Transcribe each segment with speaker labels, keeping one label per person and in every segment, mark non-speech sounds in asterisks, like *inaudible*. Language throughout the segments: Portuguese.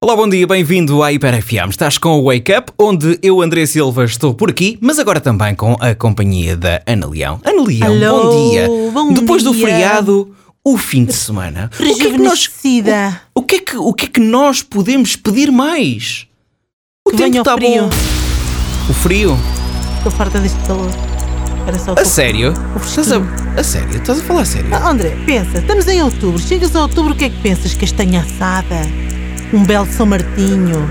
Speaker 1: Olá, bom dia, bem-vindo à Hiper FM. Estás com o Wake Up, onde eu, André Silva, estou por aqui, mas agora também com a companhia da Ana Leão. Ana Leão,
Speaker 2: Alô,
Speaker 1: bom dia.
Speaker 2: bom
Speaker 1: Depois do
Speaker 2: dia.
Speaker 1: feriado, o fim de semana. O que é que nós,
Speaker 2: Rejuvenescida.
Speaker 1: o que é que, o que é que nós podemos pedir mais? O
Speaker 2: Que
Speaker 1: tempo
Speaker 2: venha o
Speaker 1: está
Speaker 2: frio.
Speaker 1: bom. O frio?
Speaker 2: Estou farta deste calor. Era só o
Speaker 1: A
Speaker 2: que-
Speaker 1: sério?
Speaker 2: o
Speaker 1: Estás a, a sério? Estás a falar a sério?
Speaker 2: Ah, André, pensa, estamos em outubro. Chegas a outubro, o que é que pensas? Castanha assada, um belo São Martinho,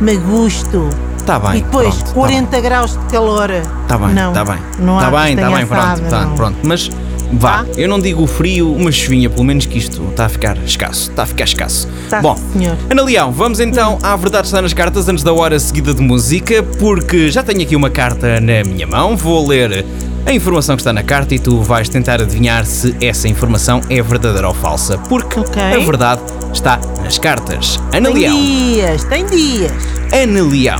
Speaker 2: magusto.
Speaker 1: Está bem.
Speaker 2: e depois
Speaker 1: pronto, tá
Speaker 2: 40 graus de calor.
Speaker 1: bem, Está Tá bem,
Speaker 2: não,
Speaker 1: está bem.
Speaker 2: Não
Speaker 1: Está
Speaker 2: há
Speaker 1: bem, está
Speaker 2: castanha
Speaker 1: bem, pronto,
Speaker 2: assada,
Speaker 1: tá,
Speaker 2: não.
Speaker 1: pronto. Mas vá,
Speaker 2: Tá?
Speaker 1: eu não digo frio, uma chuvinha, pelo menos que isto está a ficar escasso. Está a ficar escasso.
Speaker 2: Tá,
Speaker 1: Bom,
Speaker 2: senhor. Hum.
Speaker 1: Ana Leão, vamos então à verdade está nas cartas antes da hora seguida de música, porque já tenho aqui uma carta na minha mão, vou ler a informação que está na carta e tu vais tentar adivinhar se essa informação é verdadeira ou falsa, porque
Speaker 2: Ok.
Speaker 1: a verdade está nas cartas. Ana
Speaker 2: Tem
Speaker 1: Leão.
Speaker 2: dias, tem dias.
Speaker 1: Ana Leão.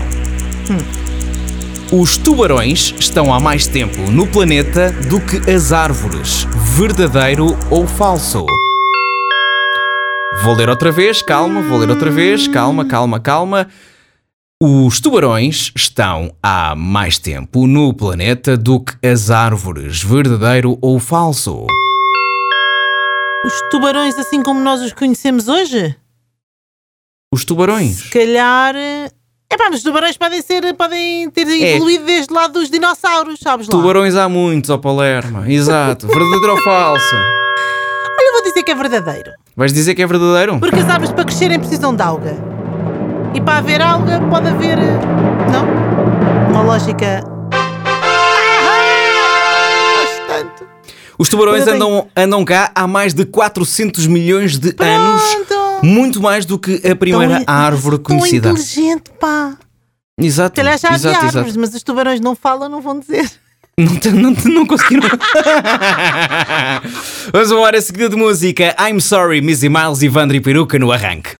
Speaker 1: Os tubarões estão há mais tempo no planeta do que as árvores. Verdadeiro ou falso? Vou ler outra vez, calma, vou ler outra vez, calma, calma, calma. Os tubarões estão há mais tempo no planeta do que as árvores. Verdadeiro ou falso?
Speaker 2: Os tubarões, assim como nós os conhecemos hoje?
Speaker 1: Os
Speaker 2: Se
Speaker 1: tubarões.
Speaker 2: calhar. É pá, mas os tubarões podem, ser, podem ter
Speaker 1: É.
Speaker 2: evoluído desde lá dos dinossauros, sabes lá?
Speaker 1: Tubarões há muitos, ó Palermo. Exato. Verdadeiro ou falso?
Speaker 2: Olha, eu vou dizer que é verdadeiro.
Speaker 1: Vais dizer que é verdadeiro?
Speaker 2: Porque as árvores para crescerem precisam de alga. E para haver alga pode haver. eh, Não? Uma lógica. Ah, gosto tanto.
Speaker 1: Os tubarões
Speaker 2: Olha bem.
Speaker 1: andam, andam cá há mais de 400 milhões de anos,
Speaker 2: Pronto!
Speaker 1: muito mais do que a primeira
Speaker 2: Tão in-
Speaker 1: árvore conhecida.
Speaker 2: Tão inteligente, pá! Se
Speaker 1: Exato,
Speaker 2: calhar já havia
Speaker 1: exato,
Speaker 2: árvores,
Speaker 1: exato.
Speaker 2: mas os tubarões não falam, não vão dizer.
Speaker 1: Não, te- não, te- não conseguiram. *laughs* Vamos a uma hora seguida de música. I'm sorry, Missy Miles e Vandri Peruca no arranque.